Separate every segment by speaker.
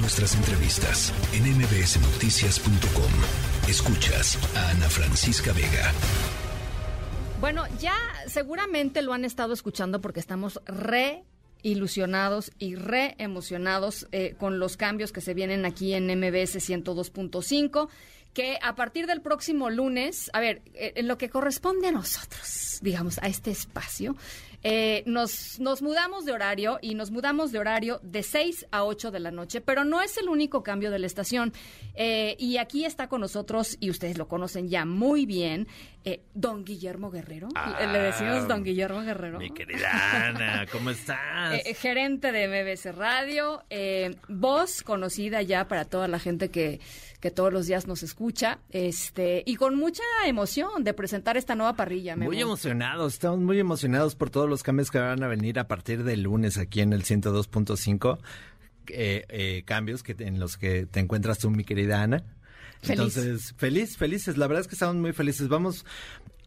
Speaker 1: Nuestras entrevistas en mbsnoticias.com. Escuchas a Ana Francisca Vega.
Speaker 2: Bueno, ya seguramente lo han estado escuchando porque estamos re ilusionados y re emocionados eh, con los cambios que se vienen aquí en MBS 102.5, que a partir del próximo lunes, a ver, eh, en lo que corresponde a nosotros, digamos, a este espacio, eh, nos, nos mudamos de horario y nos mudamos de horario de 6 a 8 de la noche, pero no es el único cambio de la estación. Eh, y aquí está con nosotros, y ustedes lo conocen ya muy bien, eh, don Guillermo Guerrero.
Speaker 3: Ah,
Speaker 2: Le decimos don Guillermo Guerrero.
Speaker 3: Mi querida Ana, ¿cómo estás?
Speaker 2: Eh, gerente de MBS Radio, eh, voz conocida ya para toda la gente que, que todos los días nos escucha, este y con mucha emoción de presentar esta nueva parrilla. Memo.
Speaker 3: Muy emocionados, estamos muy emocionados por todos los cambios que van a venir a partir del lunes aquí en el 102.5. eh, eh, cambios que, en los que te encuentras tú, mi querida Ana.
Speaker 2: Feliz.
Speaker 3: Entonces, feliz, felices. La verdad es que estamos muy felices. Vamos,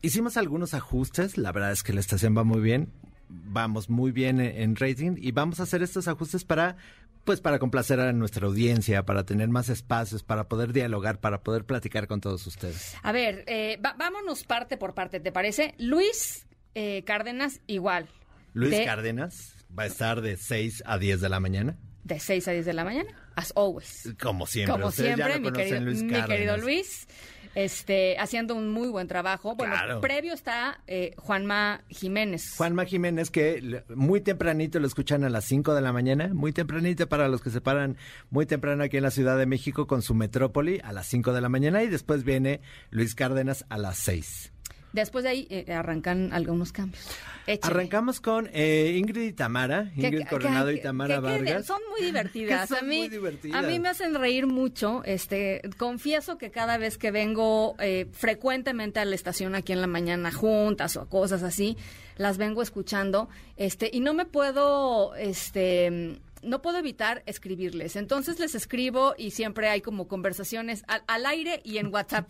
Speaker 3: hicimos algunos ajustes. La verdad es que la estación va muy bien. Vamos muy bien en, en rating y vamos a hacer estos ajustes para, pues, para complacer a nuestra audiencia, para tener más espacios, para poder dialogar, para poder platicar con todos ustedes.
Speaker 2: A ver, eh, va- vámonos parte por parte, ¿te parece? Luis eh, Cárdenas, igual.
Speaker 3: Luis
Speaker 2: de,
Speaker 3: Cárdenas va a estar de 6 a 10 de la mañana.
Speaker 2: De 6 a 10 de la mañana, as always.
Speaker 3: Como siempre,
Speaker 2: Como
Speaker 3: ustedes ya
Speaker 2: siempre,
Speaker 3: lo
Speaker 2: mi
Speaker 3: conocen,
Speaker 2: querido,
Speaker 3: Luis
Speaker 2: mi
Speaker 3: Cárdenas.
Speaker 2: querido Luis, este, haciendo un muy buen trabajo. Bueno,
Speaker 3: Claro.
Speaker 2: previo está eh, Juanma Jiménez.
Speaker 3: Juanma Jiménez, que l- muy tempranito lo escuchan a las 5 de la mañana, muy tempranito para los que se paran muy temprano aquí en la Ciudad de México con su metrópoli a las 5 de la mañana y después viene Luis Cárdenas a las 6.
Speaker 2: Después de ahí eh, arrancan algunos cambios. Échale.
Speaker 3: Arrancamos con eh, Ingrid y Tamara,
Speaker 2: Que-
Speaker 3: Ingrid
Speaker 2: que-
Speaker 3: Coronado
Speaker 2: que-
Speaker 3: y Tamara
Speaker 2: que- que de-
Speaker 3: Vargas.
Speaker 2: son muy divertidas.
Speaker 3: Que son
Speaker 2: a mí,
Speaker 3: muy divertidas.
Speaker 2: A mí me hacen reír mucho. Este, confieso que cada vez que vengo eh, frecuentemente a la estación aquí en la mañana juntas o a cosas así, las vengo escuchando. Este, y no me puedo, este. No puedo evitar escribirles. Entonces les escribo y siempre hay como conversaciones al, al aire y en WhatsApp.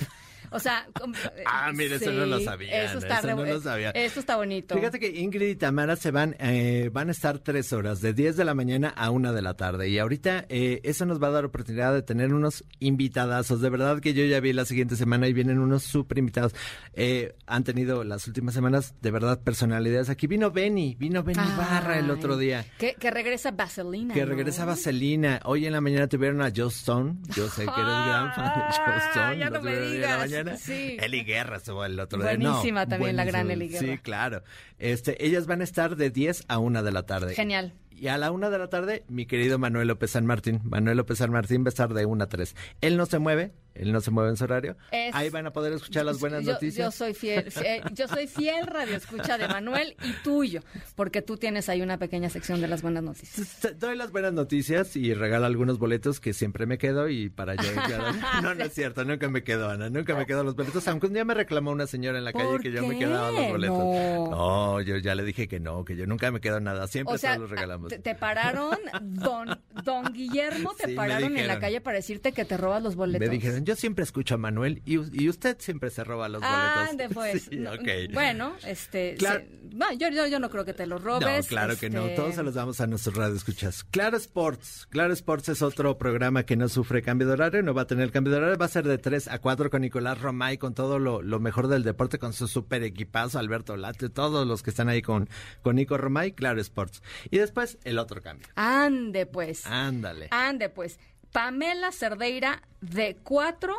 Speaker 2: O sea, com-
Speaker 3: Ah, mira, eso no lo
Speaker 2: sí,
Speaker 3: sabían,
Speaker 2: Eso está,
Speaker 3: eso
Speaker 2: re-
Speaker 3: no lo sabían.
Speaker 2: eso está bonito.
Speaker 3: Fíjate que Ingrid y Tamara se van, eh, van a estar tres horas, de 10 de la mañana a 1 de la tarde. Y ahorita eh, eso nos va a dar oportunidad de tener unos invitadazos. De verdad que yo ya vi la siguiente semana y vienen unos súper invitados. Eh, han tenido las últimas semanas, de verdad, personalidades. Aquí vino Benny, vino Benny Barra el otro
Speaker 2: Ay,
Speaker 3: día.
Speaker 2: Que, que regresa Vaselina.
Speaker 3: Que
Speaker 2: ¿no?
Speaker 3: regresaba Selena. Hoy en la mañana tuvieron a Joss Stone. Yo sé que eres gran fan de Joss Stone.
Speaker 2: Ya
Speaker 3: Lo
Speaker 2: no me
Speaker 3: tuvieron hoy en la
Speaker 2: digas,
Speaker 3: mañana.
Speaker 2: sí.
Speaker 3: Eli Guerra estuvo el otro día.
Speaker 2: Buenísima también la gran
Speaker 3: buenísimo.
Speaker 2: Eli Guerra.
Speaker 3: Sí, claro. Este, ellas van a estar de 10 a 1 de la tarde.
Speaker 2: Genial.
Speaker 3: Y a la 1 de la tarde, mi querido Manuel López San Martín. Manuel López San Martín va a estar de 1 a 3. Él no se mueve. Él no se mueve en su horario.
Speaker 2: Es-
Speaker 3: Ahí van a poder escuchar las buenas
Speaker 2: Yo-
Speaker 3: noticias.
Speaker 2: Yo soy fiel, eh, yo soy fiel radioescucha de Manuel y tuyo, porque tú tienes ahí una pequeña sección de las buenas noticias.
Speaker 3: Te doy las buenas noticias y regalo algunos boletos que siempre me quedo y para yo. ya- no, no es cierto, nunca me quedo, Ana, nunca me quedo los boletos. Aunque un día me reclamó una señora en la calle
Speaker 2: ¿Por
Speaker 3: que yo me
Speaker 2: qué?
Speaker 3: quedaba los boletos.
Speaker 2: No.
Speaker 3: No, yo ya le dije que no, que yo nunca me quedo nada, siempre
Speaker 2: O sea, ah,
Speaker 3: todos los regalamos.
Speaker 2: te, te pararon, don, don Guillermo, te
Speaker 3: Sí, me
Speaker 2: pararon en la
Speaker 3: dijeron.
Speaker 2: calle para decirte que te robas los boletos.
Speaker 3: Me dijeron, yo siempre escucho a Manuel y, u- y usted siempre se roba los boletos.
Speaker 2: Ande, pues.
Speaker 3: Sí,
Speaker 2: No,
Speaker 3: ok.
Speaker 2: Bueno, este.
Speaker 3: Claro.
Speaker 2: se- bueno, yo, yo, yo no creo que te los robes.
Speaker 3: No, claro que no.
Speaker 2: este,
Speaker 3: Todos se los damos a nuestros radioescuchas. Claro Sports. Claro Sports es otro programa que no sufre cambio de horario, no va a tener cambio de horario. Va a ser de 3 a 4 con Nicolás Romay, con todo lo, lo mejor del deporte, con su super equipazo, Alberto Late, todos los que están ahí con, con Nico Romay, Claro Sports. Y después el otro cambio.
Speaker 2: este, Ande, pues.
Speaker 3: Ándale.
Speaker 2: Ande, pues. Pamela Cerdeira, de 4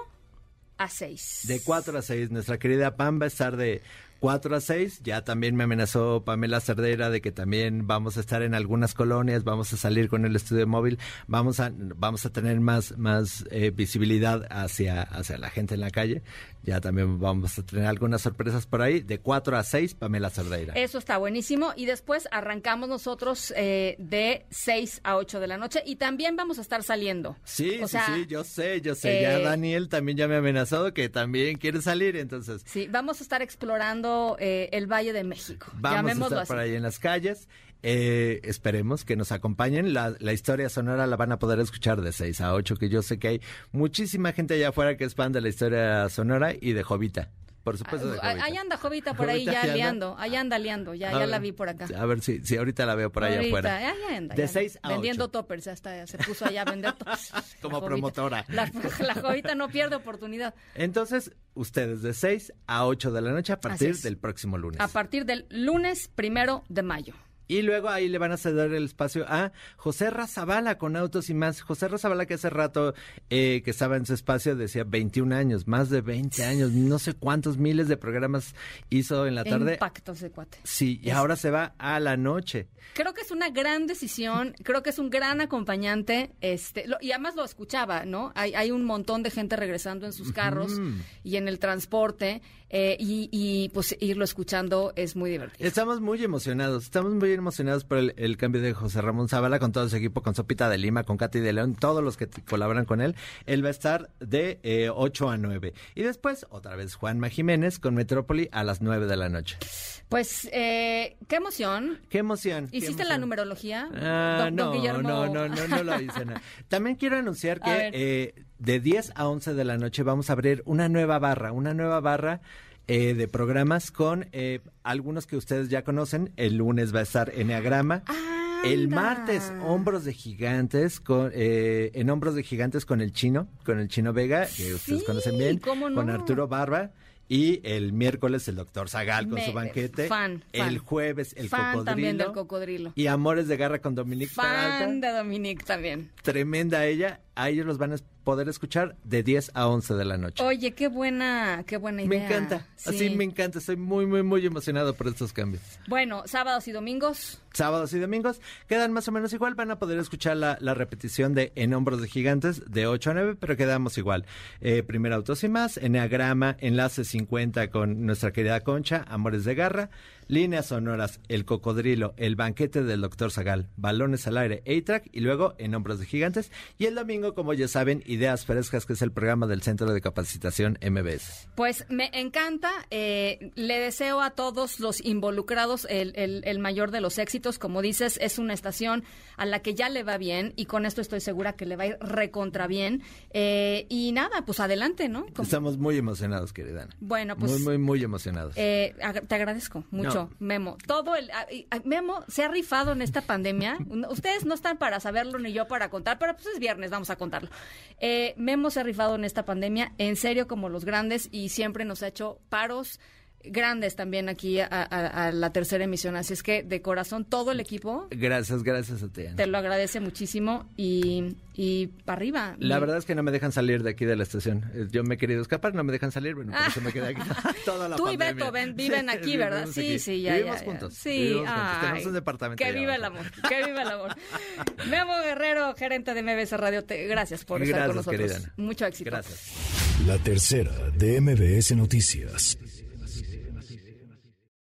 Speaker 2: a 6.
Speaker 3: De 4 a 6, nuestra querida Pam va a estar de 4 a 6. Ya también me amenazó Pamela Cerdeira de que también vamos a estar en algunas colonias, vamos a salir con el estudio móvil, vamos a, vamos a tener más, más eh, visibilidad hacia, hacia la gente en la calle. Ya también vamos a tener algunas sorpresas por ahí. De 4 a 6, Pamela Cerdeira.
Speaker 2: Eso está buenísimo. Y después arrancamos nosotros eh, de 6 a 8 de la noche. Y también vamos a estar saliendo.
Speaker 3: Sí,
Speaker 2: O
Speaker 3: sí,
Speaker 2: sea,
Speaker 3: sí, yo sé, yo sé. ya
Speaker 2: eh,
Speaker 3: Daniel también ya me ha amenazado que también quiere salir, entonces
Speaker 2: Sí, vamos a estar explorando eh, el Valle de México.
Speaker 3: Vamos a
Speaker 2: Llamémoslo
Speaker 3: estar
Speaker 2: así.
Speaker 3: por ahí en las calles. Eh, esperemos que nos acompañen. La, la historia sonora la van a poder escuchar de 6 a 8, que yo sé que hay muchísima gente allá afuera que es fan de la historia sonora y de Jovita. Por supuesto. de
Speaker 2: Ah,
Speaker 3: Jovita.
Speaker 2: Ahí anda Jovita por ahí
Speaker 3: Jovita,
Speaker 2: ya
Speaker 3: ¿sí anda?
Speaker 2: liando, ahí anda liando, ya,
Speaker 3: A
Speaker 2: ya
Speaker 3: ver,
Speaker 2: la vi por acá.
Speaker 3: A ver si, si ahorita la veo por allá
Speaker 2: Ahorita, eh,
Speaker 3: afuera.
Speaker 2: ya, ya anda,
Speaker 3: De
Speaker 2: ya anda.
Speaker 3: 6 a 8.
Speaker 2: Vendiendo toppers, hasta se puso allá a vender toppers.
Speaker 3: Como
Speaker 2: La jovita.
Speaker 3: promotora.
Speaker 2: La, la jovita no pierde oportunidad.
Speaker 3: Entonces, ustedes de 6 a 8 de la noche a partir
Speaker 2: es.
Speaker 3: del próximo lunes.
Speaker 2: A partir del lunes primero de mayo.
Speaker 3: Y luego ahí le van a ceder el espacio a José Razabala con Autos y más. José Razabala que hace rato eh, que estaba en su espacio decía 21 años, más de 20 años, no sé cuántos miles de programas hizo en la
Speaker 2: Qué
Speaker 3: tarde.
Speaker 2: Impacto ese cuate.
Speaker 3: Sí, y ahora se va a la noche.
Speaker 2: Creo que es una gran decisión, creo que es un gran acompañante, este, lo- y además lo escuchaba, ¿no? Hay, hay un montón de gente regresando en sus carros y en el transporte, eh, y, y, pues irlo escuchando es muy divertido.
Speaker 3: Estamos muy emocionados, estamos muy emocionados por el, el cambio de José Ramón Zavala con todo su equipo, con Sopita de Lima, con Katy de León, todos los que t- colaboran con él. Él va a estar de eh, 8 a 9. Y después, otra vez, Juanma Jiménez con Metrópoli a las 9 de la noche.
Speaker 2: Pues, eh, qué emoción.
Speaker 3: ¡Qué emoción! qué
Speaker 2: ¿Hiciste la
Speaker 3: emoción.
Speaker 2: numerología?
Speaker 3: Ah,
Speaker 2: Don- don
Speaker 3: no,
Speaker 2: Guillermo?
Speaker 3: no, no, no, no lo hice. no. También quiero anunciar
Speaker 2: A
Speaker 3: que
Speaker 2: ver.
Speaker 3: eh, de 10 a 11 de la noche vamos a abrir una nueva barra, una nueva barra eh, de programas con eh, algunos que ustedes ya conocen. El lunes va a estar Enneagrama.
Speaker 2: Ah,
Speaker 3: El
Speaker 2: Anda.
Speaker 3: martes, Hombros de Gigantes, con, eh, en Hombros de Gigantes con el chino, con el chino Vega, que ustedes
Speaker 2: Sí,
Speaker 3: conocen bien,
Speaker 2: cómo no.
Speaker 3: con Arturo Barba. Y el miércoles el doctor Zagal con
Speaker 2: Me-
Speaker 3: su banquete.
Speaker 2: fan, fan.
Speaker 3: el jueves el
Speaker 2: Fan
Speaker 3: cocodrilo.
Speaker 2: también del cocodrilo.
Speaker 3: Y Amores de Garra con Dominique
Speaker 2: Fan
Speaker 3: Peralta.
Speaker 2: de Dominique también.
Speaker 3: Tremenda ella. A ellos los van a es- poder escuchar de 10 a 11 de la noche.
Speaker 2: Oye, qué buena, qué buena idea.
Speaker 3: me encanta. Así me encanta. Estoy muy, muy, muy emocionado por estos cambios.
Speaker 2: Bueno, sábados y domingos.
Speaker 3: Sábados y domingos quedan más o menos igual. Van a poder escuchar la, la repetición de En Hombros de Gigantes de 8 a 9, pero quedamos igual. Eh, Primero Autos y más, Enneagrama, Enlace 50 con nuestra querida Concha, Amores de Garra, Líneas Sonoras, El Cocodrilo, El Banquete del Doctor Zagal, Balones al Aire, A-Track y luego En Hombros de Gigantes. Y el domingo, como ya saben, Ideas Frescas, que es el programa del Centro de Capacitación MBS.
Speaker 2: Pues me encanta, eh, le deseo a todos los involucrados el, el- el mayor de los éxitos, como dices, es una estación a la que ya le va bien y con esto estoy segura que le va a ir recontra bien. Eh, y nada, pues adelante, ¿no? Como-
Speaker 3: Estamos muy emocionados, querida Ana.
Speaker 2: Bueno, pues-
Speaker 3: Muy, muy, muy emocionados.
Speaker 2: Eh, ag- te agradezco mucho,
Speaker 3: No.
Speaker 2: Memo. Todo el a- y- a- Memo se ha rifado en esta pandemia. No, Ustedes no están para saberlo ni yo para contar, pero pues es viernes, vamos a contarlo. Eh, Memo se ha rifado en esta pandemia, en serio como los grandes y siempre nos ha hecho paros grandes también aquí a, a- a la tercera emisión. Así es que de corazón todo el equipo
Speaker 3: Gracias, gracias a ti. Ana.
Speaker 2: te lo agradece muchísimo y y para arriba.
Speaker 3: La
Speaker 2: Y-
Speaker 3: verdad es que no me dejan salir de aquí de la estación. Eh, Yo me he querido escapar, no me dejan salir, bueno, por eso me quedé aquí toda la
Speaker 2: Tú y
Speaker 3: pandemia.
Speaker 2: Beto ven- viven
Speaker 3: Sí,
Speaker 2: aquí, ¿verdad?
Speaker 3: vivimos
Speaker 2: Sí,
Speaker 3: aquí.
Speaker 2: sí, ya.
Speaker 3: Vivimos
Speaker 2: ya, ya.
Speaker 3: juntos.
Speaker 2: Sí,
Speaker 3: vivimos juntos.
Speaker 2: ay,
Speaker 3: Tenemos un departamento.
Speaker 2: Que
Speaker 3: allá
Speaker 2: viva el
Speaker 3: abajo.
Speaker 2: amor, que viva el amor. Memo Guerrero, gerente de MBS Radio, te- gracias por estar con
Speaker 3: Gracias,
Speaker 2: nosotros.
Speaker 3: querida Ana.
Speaker 2: Mucho éxito.
Speaker 3: Gracias.
Speaker 1: La tercera de MBS Noticias.